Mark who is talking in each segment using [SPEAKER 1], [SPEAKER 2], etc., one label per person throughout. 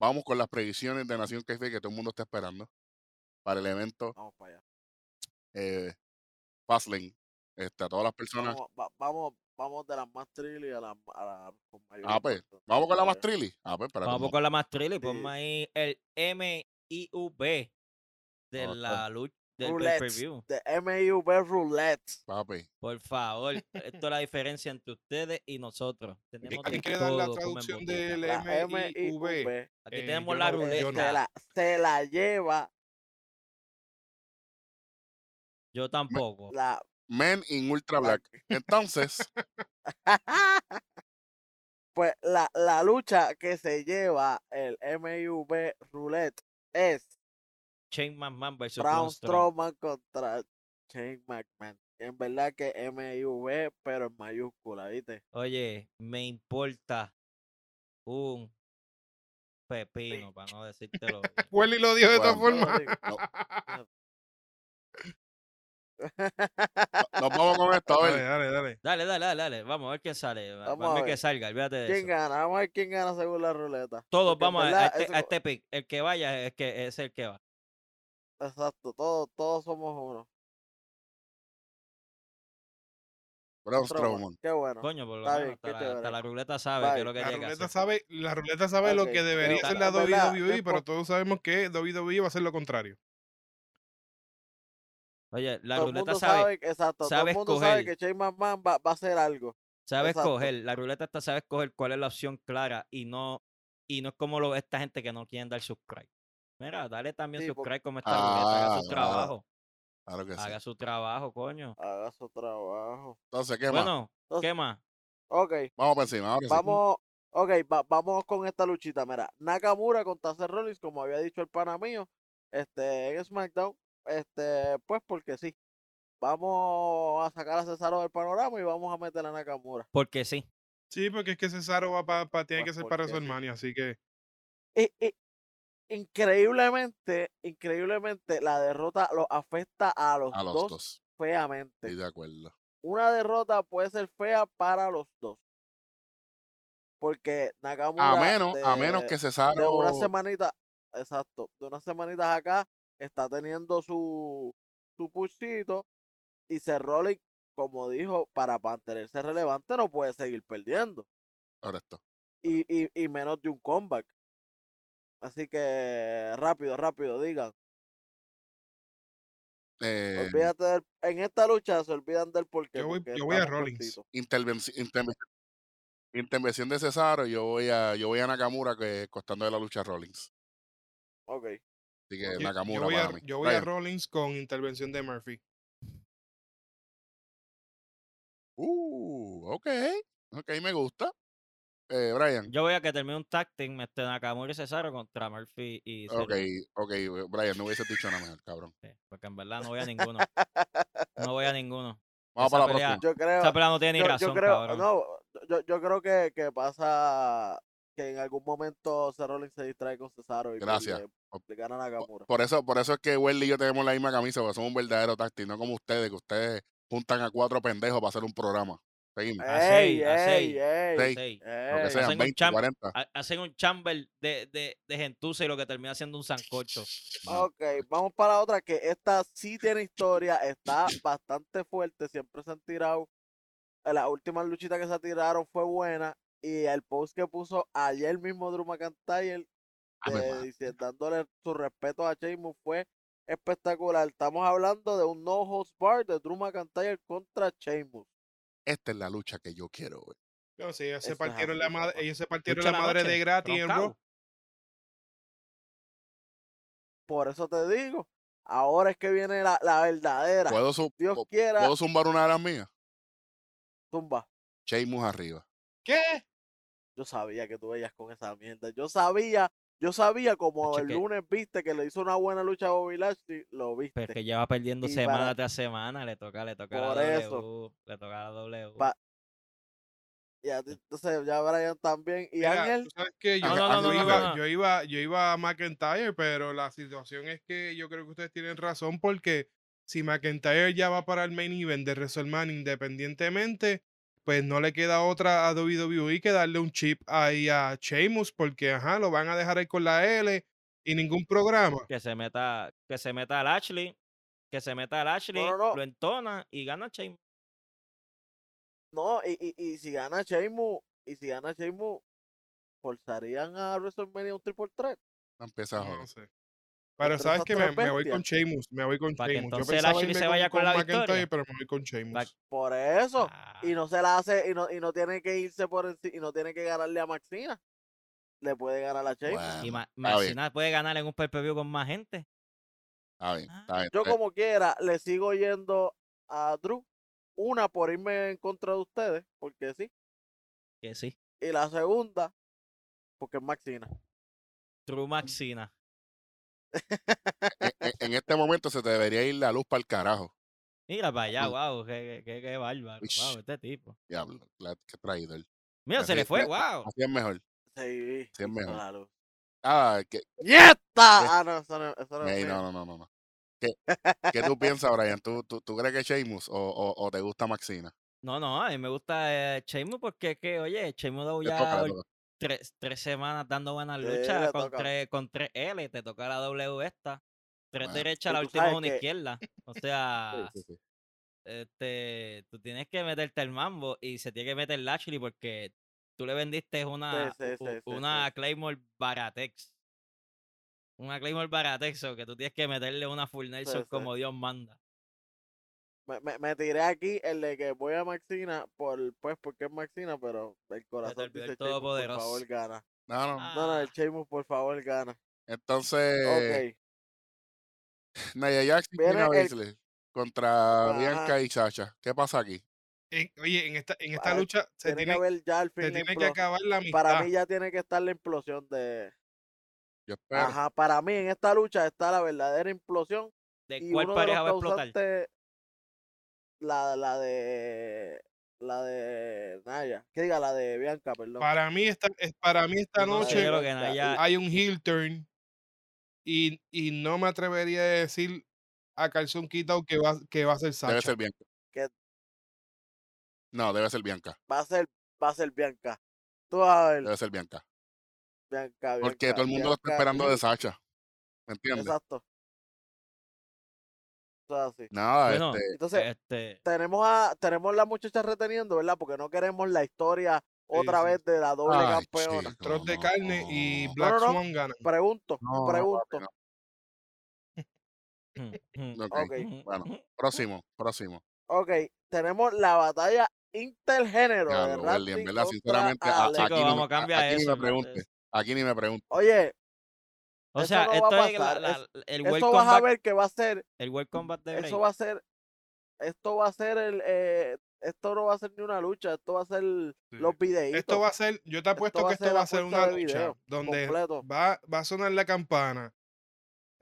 [SPEAKER 1] Vamos con las predicciones de Nación Café que todo el mundo está esperando para el evento
[SPEAKER 2] Vamos para allá.
[SPEAKER 1] eh, Fastlane. Este, a todas las personas.
[SPEAKER 2] Vamos, va- vamos, vamos de las más trilly a las a la, con mayor
[SPEAKER 1] Ah, pues,
[SPEAKER 2] importancia.
[SPEAKER 1] Vamos con la
[SPEAKER 2] Eh,
[SPEAKER 1] más trilly. Ah, pues, espérate un
[SPEAKER 3] Vamos
[SPEAKER 1] momento.
[SPEAKER 3] con la más thriller,
[SPEAKER 2] Sí.
[SPEAKER 3] Ponme ahí el M-I-U-B de
[SPEAKER 1] Ok.
[SPEAKER 3] la lucha del
[SPEAKER 2] Roulette.
[SPEAKER 3] pay-per-view.
[SPEAKER 2] De MIUB Roulette.
[SPEAKER 1] Papi.
[SPEAKER 3] Por favor, esto es la diferencia entre ustedes y nosotros. Tenemos
[SPEAKER 4] ¿Quién
[SPEAKER 3] de
[SPEAKER 4] quiere dar la
[SPEAKER 3] todo, comen
[SPEAKER 4] traducción
[SPEAKER 3] botica.
[SPEAKER 4] del
[SPEAKER 2] La
[SPEAKER 4] MIV?
[SPEAKER 2] MIUB
[SPEAKER 3] Aquí
[SPEAKER 4] Eh,
[SPEAKER 3] tenemos
[SPEAKER 4] yo
[SPEAKER 3] la
[SPEAKER 4] no- yo
[SPEAKER 3] ruleta.
[SPEAKER 2] se
[SPEAKER 4] no.
[SPEAKER 2] la, se la lleva
[SPEAKER 3] Yo tampoco.
[SPEAKER 2] la.
[SPEAKER 1] Men in Ultra Black. Entonces,
[SPEAKER 2] pues la, la lucha que se lleva el MIUB Roulette es
[SPEAKER 3] Chain Man versus
[SPEAKER 2] Braun
[SPEAKER 3] Braun
[SPEAKER 2] Strowman
[SPEAKER 3] Strowman.
[SPEAKER 2] contra Shane McMahon. En verdad que MIUB, pero en mayúscula, ¿viste?
[SPEAKER 3] Oye, me importa un pepino, para no decírtelo. bien.
[SPEAKER 4] Welly lo dijo de esta
[SPEAKER 1] Bueno,
[SPEAKER 4] forma.
[SPEAKER 1] no.
[SPEAKER 2] Ah.
[SPEAKER 1] nos vamos con esto. A
[SPEAKER 4] Dale,
[SPEAKER 1] ver,
[SPEAKER 4] dale, dale.
[SPEAKER 3] Dale, dale, dale, dale. Vamos a ver quién sale. va-
[SPEAKER 2] Vamos
[SPEAKER 3] Vamos
[SPEAKER 2] a
[SPEAKER 3] a ver que
[SPEAKER 2] ver.
[SPEAKER 3] salga, olvídate de
[SPEAKER 2] ¿Quién
[SPEAKER 3] eso.
[SPEAKER 2] gana? Vamos a ver quién gana según la ruleta. Porque
[SPEAKER 3] Todos
[SPEAKER 2] en
[SPEAKER 3] vamos a- a,
[SPEAKER 2] verdad,
[SPEAKER 3] este,
[SPEAKER 2] eso
[SPEAKER 3] a
[SPEAKER 2] co-
[SPEAKER 3] este pick. El que vaya es, que, es el que va.
[SPEAKER 2] Exacto, todos, todos somos uno.
[SPEAKER 1] Braun
[SPEAKER 2] Strowman,
[SPEAKER 1] Strowman.
[SPEAKER 2] Qué bueno.
[SPEAKER 3] Coño, por lo
[SPEAKER 2] Está
[SPEAKER 3] menos
[SPEAKER 2] bien, qué
[SPEAKER 3] hasta, la, hasta
[SPEAKER 2] chévere.
[SPEAKER 3] la ruleta sabe
[SPEAKER 2] Está
[SPEAKER 3] qué es lo que
[SPEAKER 4] La
[SPEAKER 3] tiene que
[SPEAKER 4] ruleta,
[SPEAKER 3] hacer.
[SPEAKER 4] sabe, la ruleta sabe
[SPEAKER 2] Ok,
[SPEAKER 4] lo que debería
[SPEAKER 2] pero-
[SPEAKER 4] ser la
[SPEAKER 2] en verdad,
[SPEAKER 4] WWE, pero
[SPEAKER 2] después-
[SPEAKER 4] todos sabemos que WWE va a ser lo contrario.
[SPEAKER 3] Oye, la
[SPEAKER 2] todo el
[SPEAKER 3] ruleta
[SPEAKER 2] mundo
[SPEAKER 3] sabe,
[SPEAKER 2] sabe, exacto, todo
[SPEAKER 3] sabe
[SPEAKER 2] el mundo sabe que
[SPEAKER 3] escoger.
[SPEAKER 2] Shane McMahon va, va a hacer algo.
[SPEAKER 3] sabe
[SPEAKER 2] exacto.
[SPEAKER 3] escoger. La ruleta está sabe escoger cuál es la opción clara y no y no es como lo, esta gente que no quieren dar subscribe. Mira, dale también
[SPEAKER 2] Sí, porque-
[SPEAKER 3] subscribe como esta ruleta. Haga
[SPEAKER 1] Ah,
[SPEAKER 3] su
[SPEAKER 1] claro,
[SPEAKER 3] trabajo.
[SPEAKER 1] Claro que sí.
[SPEAKER 3] Haga su trabajo, coño.
[SPEAKER 2] Haga su trabajo.
[SPEAKER 1] Entonces, ¿qué más?
[SPEAKER 3] Bueno,
[SPEAKER 2] Entonces,
[SPEAKER 3] ¿qué más?
[SPEAKER 2] Ok,
[SPEAKER 1] Vamos para encima. Ahora sí.
[SPEAKER 2] vamos, ok, va- vamos con esta luchita. Mira, Nakamura contra Seth Rollins, como había dicho el pana mío, este, en SmackDown, este, pues porque sí. Vamos a sacar a Cesaro del panorama y vamos a meter a Nakamura.
[SPEAKER 3] Porque sí.
[SPEAKER 4] Sí, porque es que Cesaro va para, tiene
[SPEAKER 2] Pues
[SPEAKER 4] que ser
[SPEAKER 2] porque
[SPEAKER 4] para
[SPEAKER 2] sí.
[SPEAKER 4] su hermano, así que
[SPEAKER 2] Y- y- increíblemente, increíblemente, la derrota los afecta a los,
[SPEAKER 1] A los
[SPEAKER 2] dos,
[SPEAKER 1] dos.
[SPEAKER 2] feamente.
[SPEAKER 1] Estoy de acuerdo.
[SPEAKER 2] una derrota puede ser fea para los dos. Porque Nakamura. este,
[SPEAKER 1] A menos, a menos
[SPEAKER 2] de-
[SPEAKER 1] que
[SPEAKER 2] De
[SPEAKER 1] Cesaro.
[SPEAKER 2] una semanita. Exacto. De unas semanitas acá. Está teniendo su. Su puchito. Y Seth Rollins, como dijo, para mantenerse relevante no puede seguir perdiendo.
[SPEAKER 1] Correcto.
[SPEAKER 2] Y, y, y menos de un comeback. Así que. Rápido, rápido, digan.
[SPEAKER 1] Eh,
[SPEAKER 2] Olvídate del- En esta lucha se olvidan del porqué.
[SPEAKER 4] Em. Yo voy-
[SPEAKER 2] porque
[SPEAKER 4] yo voy a
[SPEAKER 2] estamos
[SPEAKER 4] Rollins.
[SPEAKER 2] cortitos.
[SPEAKER 1] intervenci- interve- intervención de Cesaro. Yo voy a, yo voy a Nakamura que costando de la lucha a Rollins.
[SPEAKER 2] Ok.
[SPEAKER 1] Así que
[SPEAKER 4] yo, yo
[SPEAKER 1] Nakamura
[SPEAKER 4] voy,
[SPEAKER 1] para
[SPEAKER 4] a,
[SPEAKER 1] mí.
[SPEAKER 4] yo voy a
[SPEAKER 1] Brian.
[SPEAKER 4] Rollins con intervención de Murphy.
[SPEAKER 1] Uh, ok. Ok, me gusta. Eh, Brian.
[SPEAKER 3] Yo voy a que termine un tag team este, Nakamura y Cesaro contra Murphy y Seth
[SPEAKER 1] Ok, ok, Brian, no hubiese dicho nada mejor, cabrón.
[SPEAKER 3] Sí, Porque en verdad no voy a ninguno. No voy a ninguno.
[SPEAKER 1] Vamos
[SPEAKER 3] Esa
[SPEAKER 1] para la
[SPEAKER 3] pelea-
[SPEAKER 1] próxima.
[SPEAKER 4] Ah.
[SPEAKER 2] Yo creo.
[SPEAKER 3] Esa pelea no tiene ni
[SPEAKER 2] yo, yo
[SPEAKER 3] razón,
[SPEAKER 2] creo,
[SPEAKER 3] cabrón.
[SPEAKER 2] no, yo, yo creo que, que pasa que en algún momento Seth Rollins se distrae con Cesaro y pues,
[SPEAKER 1] Gracias.
[SPEAKER 2] le- le gana a Nakamura.
[SPEAKER 1] Por eso, por eso es que Welly y yo tenemos la misma camisa, porque somos un verdadero táctil, no como ustedes, que ustedes juntan a cuatro pendejos para hacer un programa. Seguimos.
[SPEAKER 3] a
[SPEAKER 2] ey,
[SPEAKER 3] seis, a
[SPEAKER 2] ey,
[SPEAKER 3] seis,
[SPEAKER 2] ey,
[SPEAKER 1] Seis.
[SPEAKER 3] Sí.
[SPEAKER 1] Lo que
[SPEAKER 2] ey.
[SPEAKER 1] sean,
[SPEAKER 3] Hacen un
[SPEAKER 1] 20,
[SPEAKER 3] champ-
[SPEAKER 1] 40.
[SPEAKER 3] Ha- Hacen un chamber de, de, de gentuza y lo que termina siendo un sancocho.
[SPEAKER 2] Ah, Ok, vamos para la otra que esta sí tiene historia, está bastante fuerte, siempre se han tirado. eh, Las últimas luchitas que se tiraron fue buena y el post que puso ayer mismo Drew McIntyre
[SPEAKER 1] Ave
[SPEAKER 2] eh,
[SPEAKER 1] madre.
[SPEAKER 2] dice- dándole su respeto a Sheamus fue espectacular. Estamos hablando de un no host bar de Drew McIntyre contra Sheamus.
[SPEAKER 1] Esta es la lucha que yo quiero, güey.
[SPEAKER 4] No, sí, ellos
[SPEAKER 2] Eso
[SPEAKER 4] se
[SPEAKER 2] es
[SPEAKER 4] partieron la
[SPEAKER 2] así,
[SPEAKER 4] madre,
[SPEAKER 2] papá.
[SPEAKER 4] ellos se partieron
[SPEAKER 3] Lucha
[SPEAKER 4] la
[SPEAKER 3] la
[SPEAKER 4] madre
[SPEAKER 3] noche,
[SPEAKER 4] de gratis en
[SPEAKER 3] troncao.
[SPEAKER 4] Raw.
[SPEAKER 2] Por eso te digo, ahora es que viene la, la verdadera.
[SPEAKER 1] ¿Puedo, zu-
[SPEAKER 2] Dios
[SPEAKER 1] pu-
[SPEAKER 2] quiera,
[SPEAKER 1] ¿Puedo zumbar una de las mías?
[SPEAKER 2] tumba.
[SPEAKER 1] Sheamus arriba.
[SPEAKER 4] ¿Qué?
[SPEAKER 2] Yo sabía que tú veías con esa mierda. Yo sabía, yo sabía como
[SPEAKER 3] Acho
[SPEAKER 2] el
[SPEAKER 3] que-
[SPEAKER 2] lunes viste que le hizo una buena lucha a Bobby Lashley, lo viste.
[SPEAKER 3] Pero es que lleva perdiendo
[SPEAKER 2] Y
[SPEAKER 3] semana
[SPEAKER 2] para-
[SPEAKER 3] tras semana. Le toca, le toca
[SPEAKER 2] Por
[SPEAKER 3] la W.
[SPEAKER 2] eso.
[SPEAKER 3] Le toca la W.
[SPEAKER 2] Pa- Y a ti, entonces ya Brian también. Y
[SPEAKER 4] Mira,
[SPEAKER 2] Ángel,
[SPEAKER 4] tú sabes que yo,
[SPEAKER 1] No, no, no, no,
[SPEAKER 4] yo
[SPEAKER 1] no,
[SPEAKER 4] iba,
[SPEAKER 3] no.
[SPEAKER 4] yo iba, yo iba a McIntyre, pero la situación es que yo creo que ustedes tienen razón porque si McIntyre ya va para el main event de WrestleMania independientemente, pues no le queda otra a WWE que darle un chip ahí a Sheamus, porque ajá, lo van a dejar ahí con la L y ningún programa.
[SPEAKER 3] Que se meta, que se meta al Ashley, que se meta al Ashley,
[SPEAKER 2] no, no.
[SPEAKER 3] lo entona y gana Sheamus.
[SPEAKER 2] No, y, y, y si gana Sheamus, y si gana Sheamus, forzarían a WrestleMania un triple threat.
[SPEAKER 1] Empieza a joder.
[SPEAKER 4] No sé. Pero
[SPEAKER 2] Entre
[SPEAKER 4] sabes
[SPEAKER 2] esas
[SPEAKER 4] que me,
[SPEAKER 2] tres
[SPEAKER 4] me voy
[SPEAKER 2] bestias.
[SPEAKER 4] con Sheamus, me voy con
[SPEAKER 3] Pa' que
[SPEAKER 4] Sheamus. Yo
[SPEAKER 3] entonces el
[SPEAKER 4] pensaba
[SPEAKER 3] Ashley
[SPEAKER 4] irme
[SPEAKER 3] se vaya con la
[SPEAKER 4] McIntyre,
[SPEAKER 3] victoria.
[SPEAKER 4] pero me voy con Sheamus.
[SPEAKER 3] Pa'
[SPEAKER 2] Por eso. Y
[SPEAKER 3] Ah,
[SPEAKER 2] no se la hace, y no, y no tiene que irse por encima, y no tiene que ganarle a Maxina. Le puede ganar a Sheamus.
[SPEAKER 3] y
[SPEAKER 1] Bueno,
[SPEAKER 3] Ma-
[SPEAKER 1] bien.
[SPEAKER 3] Maxina puede ganar en un pay-per-view con más gente.
[SPEAKER 1] está bien, está bien.
[SPEAKER 2] Yo
[SPEAKER 1] Eh,
[SPEAKER 2] como quiera le sigo yendo a Drew. Una por irme en contra de ustedes, porque sí.
[SPEAKER 3] Que sí.
[SPEAKER 2] Y la segunda, porque es Maxina.
[SPEAKER 3] True
[SPEAKER 2] Mm.
[SPEAKER 3] Maxina.
[SPEAKER 1] eh, eh, en este momento se te debería ir la luz para el carajo.
[SPEAKER 3] Mira para allá,
[SPEAKER 1] Ujú.
[SPEAKER 3] wow, qué, qué, qué bárbaro,
[SPEAKER 1] Uish.
[SPEAKER 3] wow, este tipo.
[SPEAKER 1] Diablo, la, qué traidor.
[SPEAKER 3] Mira, se le
[SPEAKER 1] Así-
[SPEAKER 3] fue,
[SPEAKER 1] a-
[SPEAKER 3] wow.
[SPEAKER 1] Así es mejor.
[SPEAKER 2] Sí,
[SPEAKER 1] Sí, es
[SPEAKER 2] hizo
[SPEAKER 1] mejor.
[SPEAKER 2] la luz.
[SPEAKER 1] Ah, que,
[SPEAKER 2] ¡Nieta! Ah, no, eso no, eso no es
[SPEAKER 1] Ey,
[SPEAKER 2] mío.
[SPEAKER 1] no, no, no, no. no. ¿Qué, qué tú piensas, Brian? ¿Tú, tú, tú crees que es Sheamus o, o, o te gusta Maxina?
[SPEAKER 3] No, no, a mí me gusta eh, Sheamus porque es que, oye, Sheamus
[SPEAKER 1] Te
[SPEAKER 3] ya
[SPEAKER 1] toca, te
[SPEAKER 3] ol-
[SPEAKER 1] toca.
[SPEAKER 3] tres, tres semanas dando buenas
[SPEAKER 2] Sí,
[SPEAKER 3] luchas
[SPEAKER 2] Eh, le
[SPEAKER 3] con
[SPEAKER 2] toca.
[SPEAKER 3] tres, con tres L, te toca la W esta. Tres
[SPEAKER 1] Bueno,
[SPEAKER 3] derechas,
[SPEAKER 2] y
[SPEAKER 3] la
[SPEAKER 2] tú
[SPEAKER 3] última es
[SPEAKER 2] sabes
[SPEAKER 3] una
[SPEAKER 2] que-
[SPEAKER 3] izquierda. O
[SPEAKER 1] Sí,
[SPEAKER 3] sea,
[SPEAKER 1] sí, sí.
[SPEAKER 3] este, tú tienes que meterte el mambo y se tiene que meter Lashley porque tú le vendiste una,
[SPEAKER 2] sí,
[SPEAKER 3] u-
[SPEAKER 2] sí,
[SPEAKER 3] u-
[SPEAKER 2] sí, sí.
[SPEAKER 3] una Claymore Baratex. Una Claymore Baratex, o que tú tienes que meterle una Full Nelson
[SPEAKER 2] sí.
[SPEAKER 3] como Dios manda.
[SPEAKER 2] Me, me, me tiré aquí el de que voy a Maxina, por, pues porque es Maxina, pero el corazón
[SPEAKER 3] olvidó el
[SPEAKER 2] dice Sheamus, por
[SPEAKER 3] todopoderoso.
[SPEAKER 2] favor gana.
[SPEAKER 1] No, no.
[SPEAKER 3] Ah.
[SPEAKER 2] No, no, el Sheamus, por favor gana.
[SPEAKER 1] Entonces, Naya Jax y
[SPEAKER 2] Viene
[SPEAKER 1] Shayna
[SPEAKER 2] el-
[SPEAKER 1] Baszler contra
[SPEAKER 2] Ajá.
[SPEAKER 1] Bianca y Sasha. ¿Qué pasa aquí?
[SPEAKER 4] En- oye, en esta, en esta
[SPEAKER 2] Vale,
[SPEAKER 4] lucha
[SPEAKER 2] ok,
[SPEAKER 4] se
[SPEAKER 2] tiene que
[SPEAKER 4] tiene,
[SPEAKER 2] haber ya al fin
[SPEAKER 4] se
[SPEAKER 2] la
[SPEAKER 4] tiene que
[SPEAKER 2] implo-
[SPEAKER 4] acabar la amistad.
[SPEAKER 2] Para mí ya tiene que estar la implosión de...
[SPEAKER 1] Yo espero.
[SPEAKER 2] Ajá, para mí en esta lucha está la verdadera implosión.
[SPEAKER 3] ¿De
[SPEAKER 2] Y
[SPEAKER 3] eh, cuál
[SPEAKER 2] uno de los
[SPEAKER 3] pareja va a explotar?
[SPEAKER 2] causantes, la, la de... La de Naya. Que diga, la de Bianca, perdón.
[SPEAKER 4] Para mí esta, es- para mí esta
[SPEAKER 3] Yo
[SPEAKER 4] noche
[SPEAKER 3] considero que
[SPEAKER 2] Bianca,
[SPEAKER 3] Naya-
[SPEAKER 4] hay un heel turn y, y no me atrevería a decir a calzón quitado que va, que va a ser
[SPEAKER 1] Debe
[SPEAKER 4] Sacha.
[SPEAKER 1] ser Bianca.
[SPEAKER 2] ¿Qué?
[SPEAKER 1] No, debe ser Bianca.
[SPEAKER 2] Va a ser, va a ser Bianca. Tú vas a ver,
[SPEAKER 1] Debe ser Bianca.
[SPEAKER 2] Bianca,
[SPEAKER 1] Porque
[SPEAKER 2] Bianca,
[SPEAKER 1] todo el mundo lo está
[SPEAKER 2] Bianca,
[SPEAKER 1] esperando de
[SPEAKER 2] Bianca.
[SPEAKER 1] Sasha. ¿Me entiendes?
[SPEAKER 2] Exacto. Eso es así.
[SPEAKER 1] Nada,
[SPEAKER 3] Bueno,
[SPEAKER 1] este,
[SPEAKER 2] Entonces,
[SPEAKER 3] Este,
[SPEAKER 2] tenemos a tenemos la muchacha reteniendo, ¿verdad? Porque no queremos la historia otra
[SPEAKER 4] sí.
[SPEAKER 2] vez de la doble
[SPEAKER 1] Ay,
[SPEAKER 2] campeona.
[SPEAKER 1] chico.
[SPEAKER 4] Trot de
[SPEAKER 1] No,
[SPEAKER 4] carne y
[SPEAKER 1] no,
[SPEAKER 4] Black
[SPEAKER 2] no, no.
[SPEAKER 4] Swan ganan.
[SPEAKER 2] Pregunto,
[SPEAKER 1] No, no, papi,
[SPEAKER 2] pregunto.
[SPEAKER 1] no.
[SPEAKER 3] mm,
[SPEAKER 1] Ok,
[SPEAKER 2] Ok,
[SPEAKER 3] mm,
[SPEAKER 1] bueno.
[SPEAKER 3] mm,
[SPEAKER 1] Próximo, próximo.
[SPEAKER 2] ok. Tenemos la batalla intergénero de
[SPEAKER 1] Diablo, Welly, en
[SPEAKER 2] Randy
[SPEAKER 1] verdad,
[SPEAKER 2] contra
[SPEAKER 1] sinceramente, a-
[SPEAKER 2] Alexa.
[SPEAKER 3] Chico,
[SPEAKER 1] aquí, no,
[SPEAKER 3] vamos,
[SPEAKER 1] me- a-
[SPEAKER 3] cambia
[SPEAKER 1] aquí
[SPEAKER 3] eso,
[SPEAKER 1] ni me
[SPEAKER 3] no,
[SPEAKER 1] pregunte.
[SPEAKER 3] es-
[SPEAKER 1] Aquí ni me pregunte.
[SPEAKER 2] Oye,
[SPEAKER 3] O
[SPEAKER 2] Eso
[SPEAKER 3] sea,
[SPEAKER 2] no va a
[SPEAKER 3] esto es la-
[SPEAKER 2] pasar,
[SPEAKER 3] la-
[SPEAKER 2] es-
[SPEAKER 3] la- el World
[SPEAKER 2] eso vas a
[SPEAKER 3] Combat,
[SPEAKER 2] ver que va a ser,
[SPEAKER 3] el World Combat de Bray.
[SPEAKER 2] eso va a ser, esto va a ser el, eh, esto no va a ser ni una lucha, esto va a ser
[SPEAKER 3] Mm,
[SPEAKER 2] los videitos.
[SPEAKER 4] Esto va a ser, yo te apuesto
[SPEAKER 2] va
[SPEAKER 4] que
[SPEAKER 2] a
[SPEAKER 4] esto
[SPEAKER 2] ser a
[SPEAKER 4] va a ser
[SPEAKER 2] fuerza
[SPEAKER 4] una
[SPEAKER 2] de
[SPEAKER 4] lucha
[SPEAKER 2] video
[SPEAKER 4] donde
[SPEAKER 2] completo.
[SPEAKER 4] va, va a sonar la campana.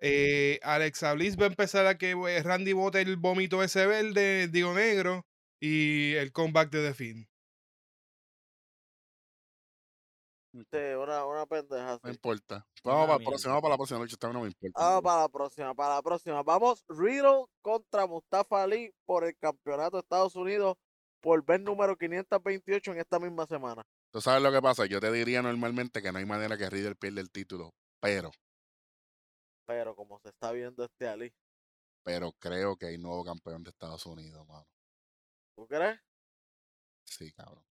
[SPEAKER 4] Eh, Alexa Bliss va a empezar a que eh, Randy bote el vómito ese verde, digo negro, y el comeback de The Finn.
[SPEAKER 2] Sí, una, una pendeja
[SPEAKER 1] No
[SPEAKER 2] así.
[SPEAKER 1] importa. Vamos para, el
[SPEAKER 3] mierda.
[SPEAKER 1] próximo, vamos para la próxima lucha. Esta no me importa.
[SPEAKER 3] Ah,
[SPEAKER 2] Vamos para la próxima, para la próxima. Vamos, Riddle contra Mustafa Ali por el campeonato de Estados Unidos por ver número 528 en esta misma semana.
[SPEAKER 1] Tú sabes lo que pasa. Yo te diría normalmente que no hay manera que Riddle pierda el título. Pero,
[SPEAKER 2] Pero como se está viendo este Ali,
[SPEAKER 1] pero creo que hay nuevo campeón de Estados Unidos, mano.
[SPEAKER 2] ¿tú crees?
[SPEAKER 1] Sí, cabrón.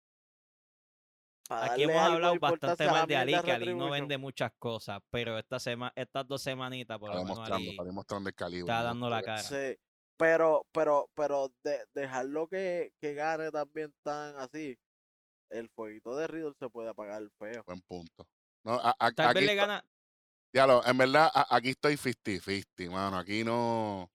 [SPEAKER 2] Para darle
[SPEAKER 3] Aquí hemos
[SPEAKER 2] algo de
[SPEAKER 3] hablado
[SPEAKER 2] importancia
[SPEAKER 3] bastante
[SPEAKER 2] a la
[SPEAKER 3] mal de Ali,
[SPEAKER 2] mierda
[SPEAKER 3] que Ali no
[SPEAKER 2] Retribution.
[SPEAKER 3] vende muchas cosas, pero esta sema, estas dos semanitas por
[SPEAKER 1] Está
[SPEAKER 3] lo menos
[SPEAKER 1] demostrando,
[SPEAKER 3] Ali
[SPEAKER 1] está demostrando el calibre.
[SPEAKER 3] está
[SPEAKER 1] ¿no?
[SPEAKER 3] dando la cara.
[SPEAKER 2] Sí, pero, pero, pero de- dejarlo que, que gane también tan así. El fueguito de Riddle se puede apagar feo.
[SPEAKER 1] Buen punto. No, a- a-
[SPEAKER 3] Tal
[SPEAKER 1] aquí
[SPEAKER 3] vez le
[SPEAKER 1] esto-
[SPEAKER 3] gana,
[SPEAKER 1] diablo, en verdad, a- aquí estoy 50-50, mano. Aquí no.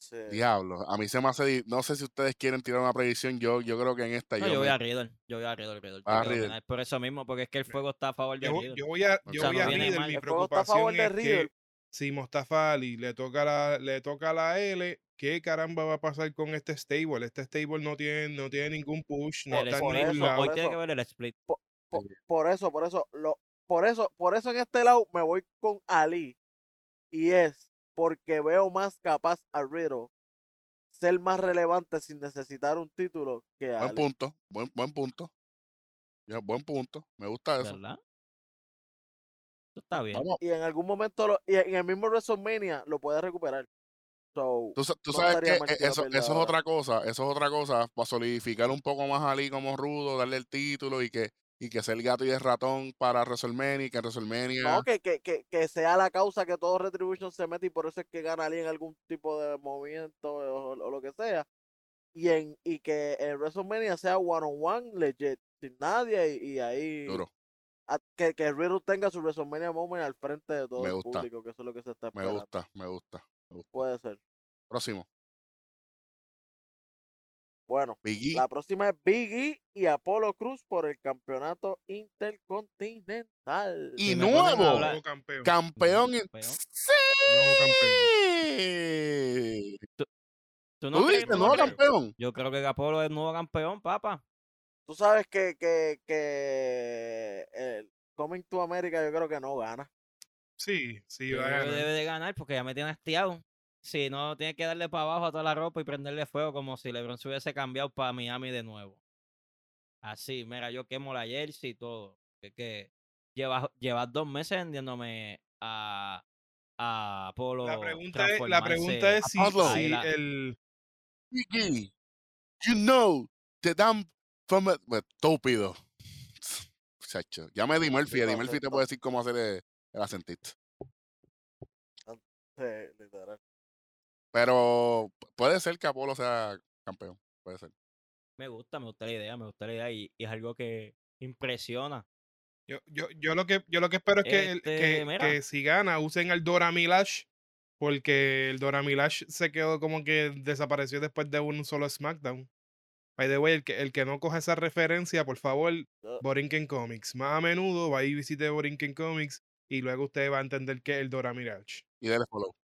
[SPEAKER 2] Sí.
[SPEAKER 3] Eh.
[SPEAKER 1] Diablo. A mí se me hace. di- No sé si ustedes quieren tirar una predicción. Yo, yo creo que en esta.
[SPEAKER 3] no,
[SPEAKER 1] yo
[SPEAKER 3] yo voy
[SPEAKER 1] me-
[SPEAKER 3] a Riddle, yo voy a Riddle, Riddle
[SPEAKER 1] Ah,
[SPEAKER 3] tiene que
[SPEAKER 1] Riddle.
[SPEAKER 3] dominar, por eso mismo, porque es que el fuego está a favor de
[SPEAKER 4] Yo,
[SPEAKER 3] Riddle.
[SPEAKER 4] yo voy a,
[SPEAKER 1] O
[SPEAKER 4] yo
[SPEAKER 1] sea,
[SPEAKER 4] voy
[SPEAKER 1] no
[SPEAKER 4] a
[SPEAKER 1] viene
[SPEAKER 4] Riddle,
[SPEAKER 3] mal.
[SPEAKER 4] mi
[SPEAKER 2] El juego está a favor
[SPEAKER 4] preocupación
[SPEAKER 2] de
[SPEAKER 4] es que
[SPEAKER 2] Riddle.
[SPEAKER 4] si Mustafa Ali le toca la, le toca la L, ¿qué caramba va a pasar con este stable? Este stable no tiene, no tiene ningún push, no
[SPEAKER 3] El
[SPEAKER 4] está en
[SPEAKER 2] por
[SPEAKER 3] split,
[SPEAKER 4] ningún
[SPEAKER 2] eso,
[SPEAKER 3] no,
[SPEAKER 4] lado.
[SPEAKER 3] hoy
[SPEAKER 2] por
[SPEAKER 3] tiene que
[SPEAKER 2] eso.
[SPEAKER 3] ver el split.
[SPEAKER 2] Po- Por eso, por eso, lo, por eso, por eso en este lado me voy con Ali. Y es porque veo más capaz a Riddle ser más relevante sin necesitar un título que
[SPEAKER 1] Buen
[SPEAKER 2] Alex.
[SPEAKER 1] punto, buen, buen punto. Ya, buen punto. Me gusta eso.
[SPEAKER 3] ¿Verdad? Eso está bien.
[SPEAKER 1] Vamos,
[SPEAKER 2] Y en algún momento, lo- y en el mismo WrestleMania, lo puede recuperar. So,
[SPEAKER 1] Tú, sa- tú
[SPEAKER 2] No
[SPEAKER 1] sabes que
[SPEAKER 2] estaría mal
[SPEAKER 1] eh,
[SPEAKER 2] que la
[SPEAKER 1] eso,
[SPEAKER 2] pierda
[SPEAKER 1] eso es
[SPEAKER 2] ahora.
[SPEAKER 1] otra cosa, eso es otra cosa, para solidificar un poco más a Ali como rudo, darle el título y que, y que sea el gato y el ratón para WrestleMania y que en WrestleMania...
[SPEAKER 2] no, que, que, que, que sea la causa que todo Retribution se mete y por eso es que gana alguien algún tipo de movimiento o, o lo que sea. Y, en, y que en WrestleMania sea one on one, legit, sin nadie, y, y ahí
[SPEAKER 1] Duro,
[SPEAKER 2] a- que, que Riddle tenga su WrestleMania moment al frente de todo
[SPEAKER 1] Me
[SPEAKER 2] el
[SPEAKER 1] gusta.
[SPEAKER 2] público, que eso es lo que se está
[SPEAKER 1] me
[SPEAKER 2] esperando.
[SPEAKER 1] gusta, me gusta. me gusta.
[SPEAKER 2] Puede ser.
[SPEAKER 1] Próximo,
[SPEAKER 2] Bueno,
[SPEAKER 1] Biggie,
[SPEAKER 2] la próxima es Biggie y Apolo Cruz por el campeonato intercontinental.
[SPEAKER 1] Y
[SPEAKER 3] me ponen a
[SPEAKER 1] nuevo.
[SPEAKER 3] hablar-
[SPEAKER 4] Nuevo campeón.
[SPEAKER 1] campeón. en-
[SPEAKER 3] campeón.
[SPEAKER 4] Nuevo campeón.
[SPEAKER 1] ¡Sí!
[SPEAKER 3] ¿Tú no
[SPEAKER 1] ¿Tú
[SPEAKER 3] crees,
[SPEAKER 1] viste, nuevo
[SPEAKER 4] creo.
[SPEAKER 1] campeón?
[SPEAKER 3] Yo creo que Apolo es nuevo campeón, papá.
[SPEAKER 2] Tú sabes que, que, que el Coming to America yo creo que no gana.
[SPEAKER 4] Sí, sí,
[SPEAKER 3] Yo
[SPEAKER 4] va a
[SPEAKER 3] creo que
[SPEAKER 4] ganar.
[SPEAKER 3] debe de ganar porque ya me tiene hastiado. Si no, tiene que darle para abajo a toda la ropa y prenderle fuego como si LeBron se hubiese cambiado para Miami de nuevo. Así, mira, yo quemo la jersey y todo. Que, que llevas, llevas dos meses vendiéndome a, a Apolo.
[SPEAKER 4] La pregunta es, la pregunta
[SPEAKER 3] transformarse-
[SPEAKER 4] es si,
[SPEAKER 1] Apolo.
[SPEAKER 4] si
[SPEAKER 3] Ahí la-
[SPEAKER 4] el...
[SPEAKER 1] Biggie, you know that I'm from a... Bueno, pues, Estúpido. Chacho, Llama a Eddie Murphy, Eddie Murphy te puede decir cómo hacer el, el acentito.
[SPEAKER 2] Sí, eh, literal.
[SPEAKER 1] Pero pu- puede ser que Apolo sea campeón. Puede ser.
[SPEAKER 3] Ah, Me gusta, me gusta la idea, me gusta la idea y, y es algo que impresiona.
[SPEAKER 4] Yo, yo, yo, lo que, yo lo que espero es que, el-
[SPEAKER 3] Este,
[SPEAKER 4] que-
[SPEAKER 3] mira.
[SPEAKER 4] que si gana usen al Dora Milash, porque el Dora Milash se quedó como que desapareció después de un solo SmackDown. By the way, el que, el que no coja esa referencia, por favor,
[SPEAKER 3] Ah.
[SPEAKER 2] Yo-
[SPEAKER 4] Borinquen Comics. Más a menudo va y visite Borinquen Comics y luego usted va a entender que es el Dora Milash.
[SPEAKER 1] Y dele follow.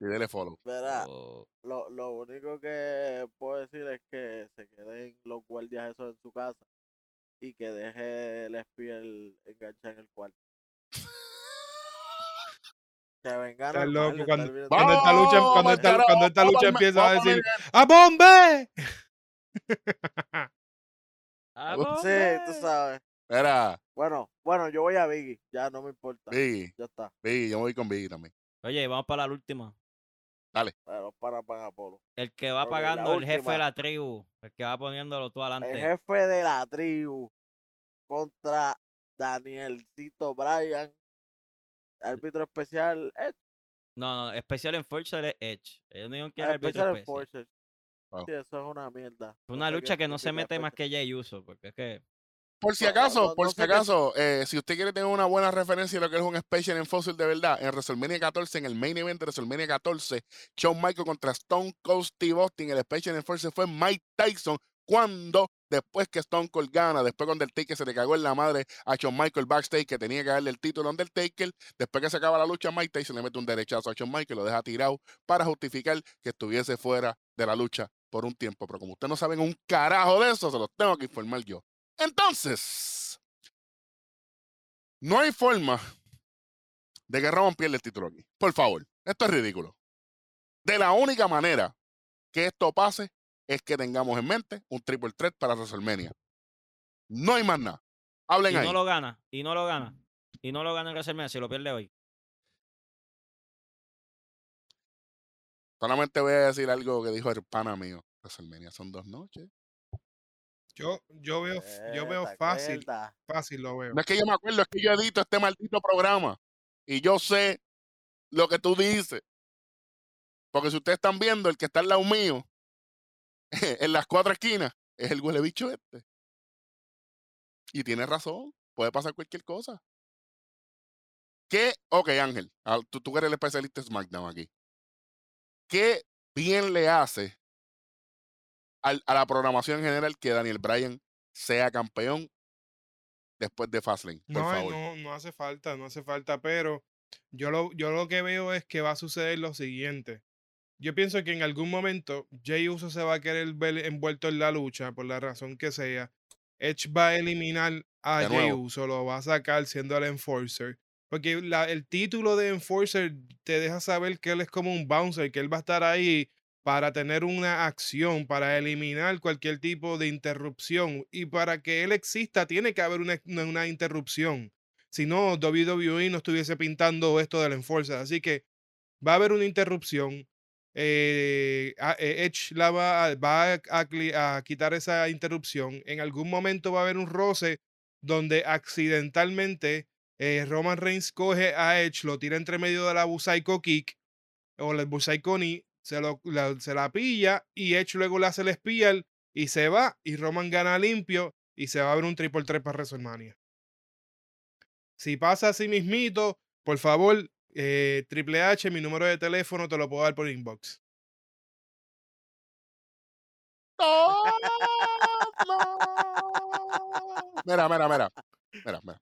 [SPEAKER 1] y dele follow.
[SPEAKER 2] Verá,
[SPEAKER 3] O-
[SPEAKER 2] lo, lo único que puedo decir es que se queden los guardias esos en su casa y que deje el espía el- enganchado en el cuarto. Que vengan
[SPEAKER 4] Estás
[SPEAKER 2] al
[SPEAKER 4] loco,
[SPEAKER 2] mal,
[SPEAKER 4] cuando-
[SPEAKER 2] estar bien
[SPEAKER 4] cuando esta
[SPEAKER 1] ¡Vamos,
[SPEAKER 4] lucha- em, cuando esta-
[SPEAKER 1] carajo!
[SPEAKER 4] cuando esta
[SPEAKER 1] ¡Vamos
[SPEAKER 4] lucha
[SPEAKER 1] pa'l me-
[SPEAKER 4] empieza a
[SPEAKER 1] vamos pa'l
[SPEAKER 4] decir,
[SPEAKER 1] me-
[SPEAKER 4] ¡A Bombay!
[SPEAKER 3] ¡Ah,
[SPEAKER 2] Sí, tú
[SPEAKER 3] hombre!
[SPEAKER 2] sabes.
[SPEAKER 1] Era,
[SPEAKER 2] Bueno, bueno, yo voy a Biggie, ya no me importa.
[SPEAKER 1] Biggie,
[SPEAKER 2] Ya está.
[SPEAKER 1] Biggie, yo me voy con Biggie también.
[SPEAKER 3] Oye, vamos para la última.
[SPEAKER 2] Pero para para Apolo.
[SPEAKER 3] El que va
[SPEAKER 2] Ok, la
[SPEAKER 3] pagando, el jefe
[SPEAKER 2] última.
[SPEAKER 3] de la tribu, el que va poniéndolo todo adelante.
[SPEAKER 2] El jefe de la tribu contra Danielcito Bryan. Árbitro especial. eh,
[SPEAKER 3] No, no, Special Enforcer es Edge. Ellos no dijeron que era
[SPEAKER 2] ah,
[SPEAKER 3] árbitro
[SPEAKER 2] Special
[SPEAKER 3] especial.
[SPEAKER 2] Enforcer.
[SPEAKER 1] Wow.
[SPEAKER 2] Sí, eso es una mierda.
[SPEAKER 3] Fue una
[SPEAKER 2] sé qué
[SPEAKER 3] lucha que no se
[SPEAKER 2] significa
[SPEAKER 3] mete más
[SPEAKER 2] Special-
[SPEAKER 3] que Jay Uso, porque es que
[SPEAKER 1] Por si
[SPEAKER 2] No, no,
[SPEAKER 1] acaso,
[SPEAKER 2] no,
[SPEAKER 1] por
[SPEAKER 2] no
[SPEAKER 1] si
[SPEAKER 2] sé qué-
[SPEAKER 1] acaso, eh, si usted quiere tener una buena referencia de lo que es un Special en Fossil de verdad, en WrestleMania 14, en el main event de WrestleMania 14, Shawn Michaels contra Stone Cold Steve Austin, el Special en Fossil fue Mike Tyson cuando, después que Stone Cold gana, después cuando el Taker se le cagó en la madre a Shawn Michaels backstage que tenía que darle el título a Undertaker, después que se acaba la lucha, Mike Tyson le mete un derechazo a Shawn Michaels, lo deja tirado para justificar que estuviese fuera de la lucha por un tiempo. Pero como ustedes no saben un carajo de eso, se los tengo que informar yo. Entonces, no hay forma de que Roman pierda el título aquí. Por favor, esto es ridículo. De la única manera que esto pase es que tengamos en mente un triple threat para WrestleMania. No hay más nada.
[SPEAKER 3] y
[SPEAKER 1] Hablen ahí.
[SPEAKER 3] no lo gana, y no lo gana, y no lo gana en WrestleMania si lo pierde hoy.
[SPEAKER 1] Solamente voy a decir algo que dijo el pana mío. WrestleMania son dos noches.
[SPEAKER 4] Yo, yo veo, yo
[SPEAKER 3] Eh,
[SPEAKER 4] veo
[SPEAKER 2] Esta
[SPEAKER 4] fácil,
[SPEAKER 2] cuerda.
[SPEAKER 4] fácil lo veo.
[SPEAKER 1] No es que yo me acuerdo, es que yo edito este maldito programa. Y yo sé lo que tú dices. Porque si ustedes están viendo, el que está al lado mío, en las cuatro esquinas, es el huele bicho este. Y tiene razón, puede pasar cualquier cosa. ¿Qué? Ok, Ángel, ah, tú, tú que eres el especialista en SmackDown aquí. ¿Qué bien le hace al- a la programación en general que Daniel Bryan sea campeón después de Fastlane? Por
[SPEAKER 4] No, eh,
[SPEAKER 1] favor.
[SPEAKER 4] no, no hace falta, no hace falta, pero yo lo, yo lo que veo es que va a suceder lo siguiente. Yo pienso que en algún momento Jay Uso se va a querer ver envuelto en la lucha, por la razón que sea. Edge va a eliminar a
[SPEAKER 1] De
[SPEAKER 4] Jey
[SPEAKER 1] nuevo.
[SPEAKER 4] Uso, lo va a sacar siendo el Enforcer. Porque la- el título de Enforcer te deja saber que él es como un bouncer, que él va a estar ahí para tener una acción, para eliminar cualquier tipo de interrupción. Y para que él exista, tiene que haber una, una- una interrupción. Si no, WWE no estuviese pintando esto del Enforcer. Así que va a haber una interrupción. eh, a- eh, Edge la va, a, va a- a cli- a quitar esa interrupción. En algún momento va a haber un roce donde accidentalmente eh, Roman Reigns coge a Edge, lo tira entre medio de la Psycho Kick o la Busai Connie se, lo- la, se la pilla y Edge luego le hace el spear y se va y Roman gana limpio y se va a ver un triple threat para WrestleMania. Si pasa así mismito, por favor, eh, Triple H, mi número de teléfono te lo puedo dar por inbox.
[SPEAKER 1] Todo. Mira, mira, mira. Mira, mira.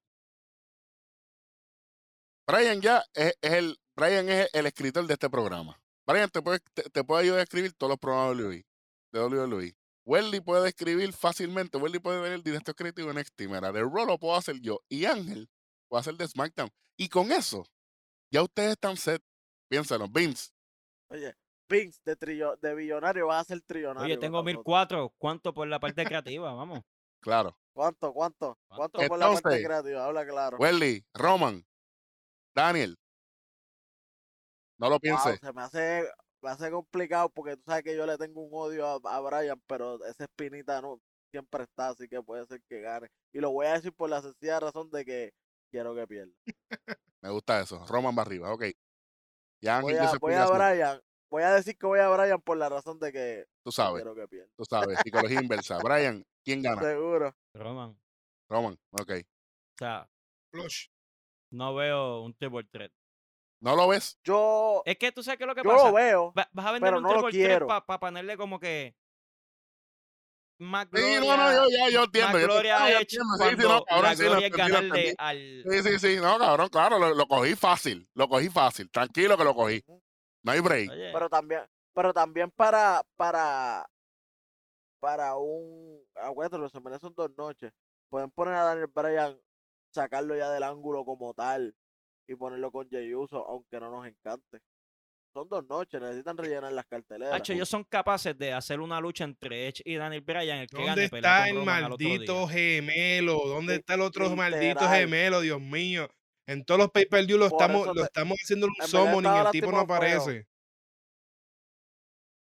[SPEAKER 1] Brian ya es, es el Brian es el escritor de este programa. Brian te puede, te, te puede ayudar a escribir todos los programas de WWE. De WWE. Welly puede escribir fácilmente. Welly puede ver el directo escrito en NXT. Mira, de Raw lo puedo hacer yo. Y Ángel puede hacer de SmackDown. Y con eso, ya ustedes están set. Piénsalo, Vince.
[SPEAKER 2] Oye, Vince de, trillo, de billonario vas a ser trillonario.
[SPEAKER 3] Oye,
[SPEAKER 2] con
[SPEAKER 3] tengo
[SPEAKER 2] nosotros.
[SPEAKER 3] 1004. ¿Cuánto por la parte creativa? Vamos.
[SPEAKER 1] Claro.
[SPEAKER 2] ¿Cuánto, cuánto? ¿Cuánto por la parte
[SPEAKER 1] Entonces,
[SPEAKER 2] creativa? Habla claro.
[SPEAKER 1] Welly, Roman, Daniel. No lo
[SPEAKER 2] Wow,
[SPEAKER 1] piense.
[SPEAKER 2] se me hace, me hace complicado porque tú sabes que yo le tengo un odio a, a Brian, pero esa espinita no siempre está, así que puede ser que gane. Y lo voy a decir por la sencilla razón de que quiero que pierda.
[SPEAKER 1] Me gusta eso. Roman va arriba, ok. Ya
[SPEAKER 2] Voy
[SPEAKER 1] Ángel
[SPEAKER 2] a,
[SPEAKER 1] dio su
[SPEAKER 2] voy a
[SPEAKER 1] explicación.
[SPEAKER 2] Brian, voy a decir que voy a Brian por la razón de que
[SPEAKER 1] Tú sabes,
[SPEAKER 2] quiero que pierda.
[SPEAKER 1] tú sabes. Psicología inversa. Brian, ¿quién gana?
[SPEAKER 2] Seguro.
[SPEAKER 3] Roman. O
[SPEAKER 1] Roman, ok.
[SPEAKER 3] sea,
[SPEAKER 4] Flush.
[SPEAKER 3] no veo un triple threat.
[SPEAKER 1] ¿No lo ves?
[SPEAKER 2] Yo,
[SPEAKER 3] Es que tú sabes qué es lo que
[SPEAKER 2] yo
[SPEAKER 3] pasa.
[SPEAKER 2] lo veo.
[SPEAKER 3] Va- vas a vender
[SPEAKER 2] pero
[SPEAKER 3] un
[SPEAKER 2] no lo
[SPEAKER 3] triple threat
[SPEAKER 2] quiero.
[SPEAKER 3] para ponerle como que. Más
[SPEAKER 1] Sí,
[SPEAKER 3] gloria,
[SPEAKER 1] no, no, yo, ya, yo entiendo. yo
[SPEAKER 3] más
[SPEAKER 1] te-
[SPEAKER 3] gloria
[SPEAKER 1] ah, yo
[SPEAKER 3] a Edge
[SPEAKER 1] entiendo, sí, sí,
[SPEAKER 3] cuando
[SPEAKER 1] no, cabrón,
[SPEAKER 3] la
[SPEAKER 1] sí, lo
[SPEAKER 3] gloria es
[SPEAKER 1] entendí, lo
[SPEAKER 3] ganarle
[SPEAKER 1] entendí.
[SPEAKER 3] al.
[SPEAKER 1] Sí, sí, sí, no, cabrón, claro, lo, lo cogí fácil, lo cogí fácil, tranquilo que lo cogí,
[SPEAKER 2] Ujú.
[SPEAKER 1] no hay break.
[SPEAKER 3] Oye,
[SPEAKER 2] Pero también, pero también para, para, para un, acuérdate, los hombres son dos noches. Pueden poner a Daniel Bryan, sacarlo ya del ángulo como tal y ponerlo con Jey Uso, aunque no nos encante. Son dos
[SPEAKER 1] Eh,
[SPEAKER 2] noches, necesitan rellenar las
[SPEAKER 4] Ah,
[SPEAKER 2] carteleras.
[SPEAKER 3] Hacho, ellos son capaces de hacer una lucha entre Edge y Daniel Bryan. El que
[SPEAKER 4] ¿Dónde
[SPEAKER 3] gane pelea
[SPEAKER 4] está
[SPEAKER 3] con
[SPEAKER 4] el
[SPEAKER 3] Roman al otro día.
[SPEAKER 4] maldito gemelo? ¿Dónde
[SPEAKER 2] Li-
[SPEAKER 4] está el otro maldito
[SPEAKER 2] literal.
[SPEAKER 4] gemelo? Dios mío. En todos los pay per view lo
[SPEAKER 2] Por
[SPEAKER 4] estamos,
[SPEAKER 2] eso
[SPEAKER 4] lo
[SPEAKER 2] te-
[SPEAKER 4] estamos haciendo un
[SPEAKER 2] verdad
[SPEAKER 4] summoning y
[SPEAKER 2] estaba
[SPEAKER 4] el tipo no
[SPEAKER 2] lastimado feo.
[SPEAKER 4] aparece.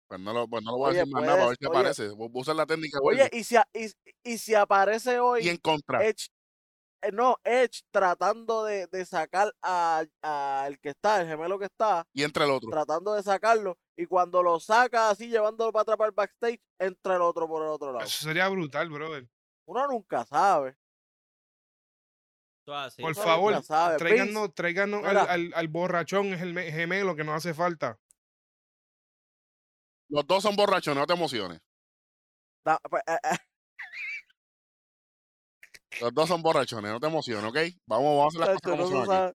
[SPEAKER 1] Pues no lo, pues no lo voy a
[SPEAKER 2] Oye,
[SPEAKER 1] decir más nada, a ver
[SPEAKER 2] puedes-
[SPEAKER 1] si
[SPEAKER 2] oye.
[SPEAKER 1] aparece. Voy a usar la técnica
[SPEAKER 2] Oye,
[SPEAKER 1] Welly,
[SPEAKER 2] y si, a- y, y si aparece hoy
[SPEAKER 1] y en contra.
[SPEAKER 2] Edge, eh, no, Edge tratando de, de sacar al a el que está, el gemelo que está,
[SPEAKER 1] y entra el otro.
[SPEAKER 2] tratando de sacarlo y cuando lo saca así llevándolo para atrás para el backstage entra el otro por el otro lado
[SPEAKER 4] Eso sería brutal, brother.
[SPEAKER 2] uno nunca sabe
[SPEAKER 3] Eso es así.
[SPEAKER 4] Por
[SPEAKER 2] uno
[SPEAKER 4] favor,
[SPEAKER 2] nunca sabe. Vince,
[SPEAKER 4] Tráiganos, tráiganos al,
[SPEAKER 2] mira.
[SPEAKER 4] al- al borrachón, es el me- gemelo que nos hace falta.
[SPEAKER 1] Los dos son borrachos, no te emociones.
[SPEAKER 2] da- pa- eh, eh,
[SPEAKER 1] Los dos son borrachones, no te emociones, ¿ok? Vamos, vamos a hacer las
[SPEAKER 2] chacho,
[SPEAKER 1] cosas como
[SPEAKER 2] no se
[SPEAKER 1] son aquí.
[SPEAKER 2] sabe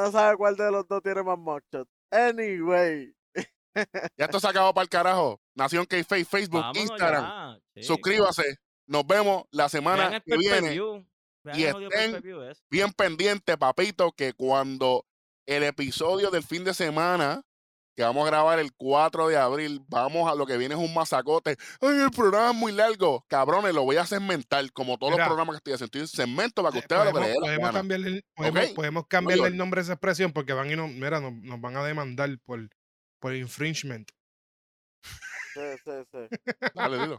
[SPEAKER 2] no se sabe cuál de los dos tiene más mugshot anyway
[SPEAKER 1] Ya esto se acabó para el carajo. Nación k Facebook,
[SPEAKER 3] Vámonos
[SPEAKER 1] Instagram.
[SPEAKER 3] ya, sí.
[SPEAKER 1] Suscríbase. Nos vemos la
[SPEAKER 3] Vean
[SPEAKER 1] semana
[SPEAKER 3] el
[SPEAKER 1] que viene.
[SPEAKER 3] pay-per-view, vean
[SPEAKER 1] y
[SPEAKER 3] el audio
[SPEAKER 1] estén
[SPEAKER 3] pay-per-view ese.
[SPEAKER 1] Bien pendiente, papito, que cuando el episodio del fin de semana, que vamos a grabar el 4 de abril, vamos a lo que viene es un masacote. Ay, el programa es muy largo. Cabrones, lo voy a segmentar, como todos
[SPEAKER 4] Mira.
[SPEAKER 1] los programas que estoy haciendo. Estoy en segmento para que
[SPEAKER 4] Eh,
[SPEAKER 1] usted haga lo que le
[SPEAKER 4] podemos-
[SPEAKER 1] dé la
[SPEAKER 4] podemos
[SPEAKER 1] gana.
[SPEAKER 4] cambiarle el- podemos-
[SPEAKER 1] Ok.
[SPEAKER 4] podemos cambiarle el
[SPEAKER 1] Oye.
[SPEAKER 4] nombre de esa expresión porque van y nos, mira, nos, nos van a demandar por, por infringement.
[SPEAKER 2] sí, sí, sí.
[SPEAKER 1] Dale, dilo.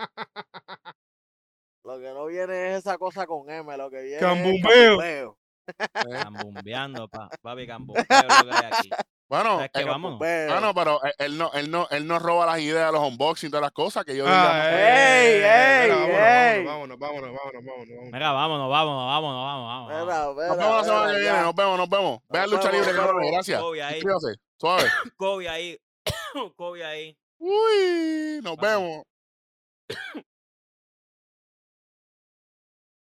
[SPEAKER 2] lo que no viene es esa cosa con M lo que viene es
[SPEAKER 4] Cambumbeo.
[SPEAKER 2] cambumbeo
[SPEAKER 1] Eh,
[SPEAKER 3] Cambumbeando, pa. Papi, cambumbeo es lo que hay aquí.
[SPEAKER 1] bueno,
[SPEAKER 3] ¿Sabes qué?
[SPEAKER 1] eh,
[SPEAKER 3] Vámonos.
[SPEAKER 2] Cambumbeo.
[SPEAKER 1] Ah, no, pero él- él no, él no, él no roba las ideas de los unboxings, todas las cosas que yo diga.
[SPEAKER 4] Ah,
[SPEAKER 2] ey,
[SPEAKER 4] eh, eh,
[SPEAKER 2] ey,
[SPEAKER 4] mira,
[SPEAKER 2] ey.
[SPEAKER 4] Vámonos, vámonos, vámonos, vámonos, vámonos, vámonos.
[SPEAKER 3] Mira, vámonos, vámonos, vámonos, vámonos.
[SPEAKER 2] Mira,
[SPEAKER 3] vámonos.
[SPEAKER 2] mira,
[SPEAKER 1] Nos vemos la semana
[SPEAKER 2] mira,
[SPEAKER 1] que
[SPEAKER 2] eh, ya.
[SPEAKER 1] viene. Nos vemos, nos vemos. Vean lucha
[SPEAKER 2] vemos,
[SPEAKER 1] libre,
[SPEAKER 2] nos
[SPEAKER 1] cabrones.
[SPEAKER 2] vemos.
[SPEAKER 1] Gracias.
[SPEAKER 3] Kobe ahí,
[SPEAKER 1] Suscríbase. Suave.
[SPEAKER 3] Kobe ahí, Kobe ahí.
[SPEAKER 1] Uy, nos
[SPEAKER 3] Vamos.
[SPEAKER 1] vemos.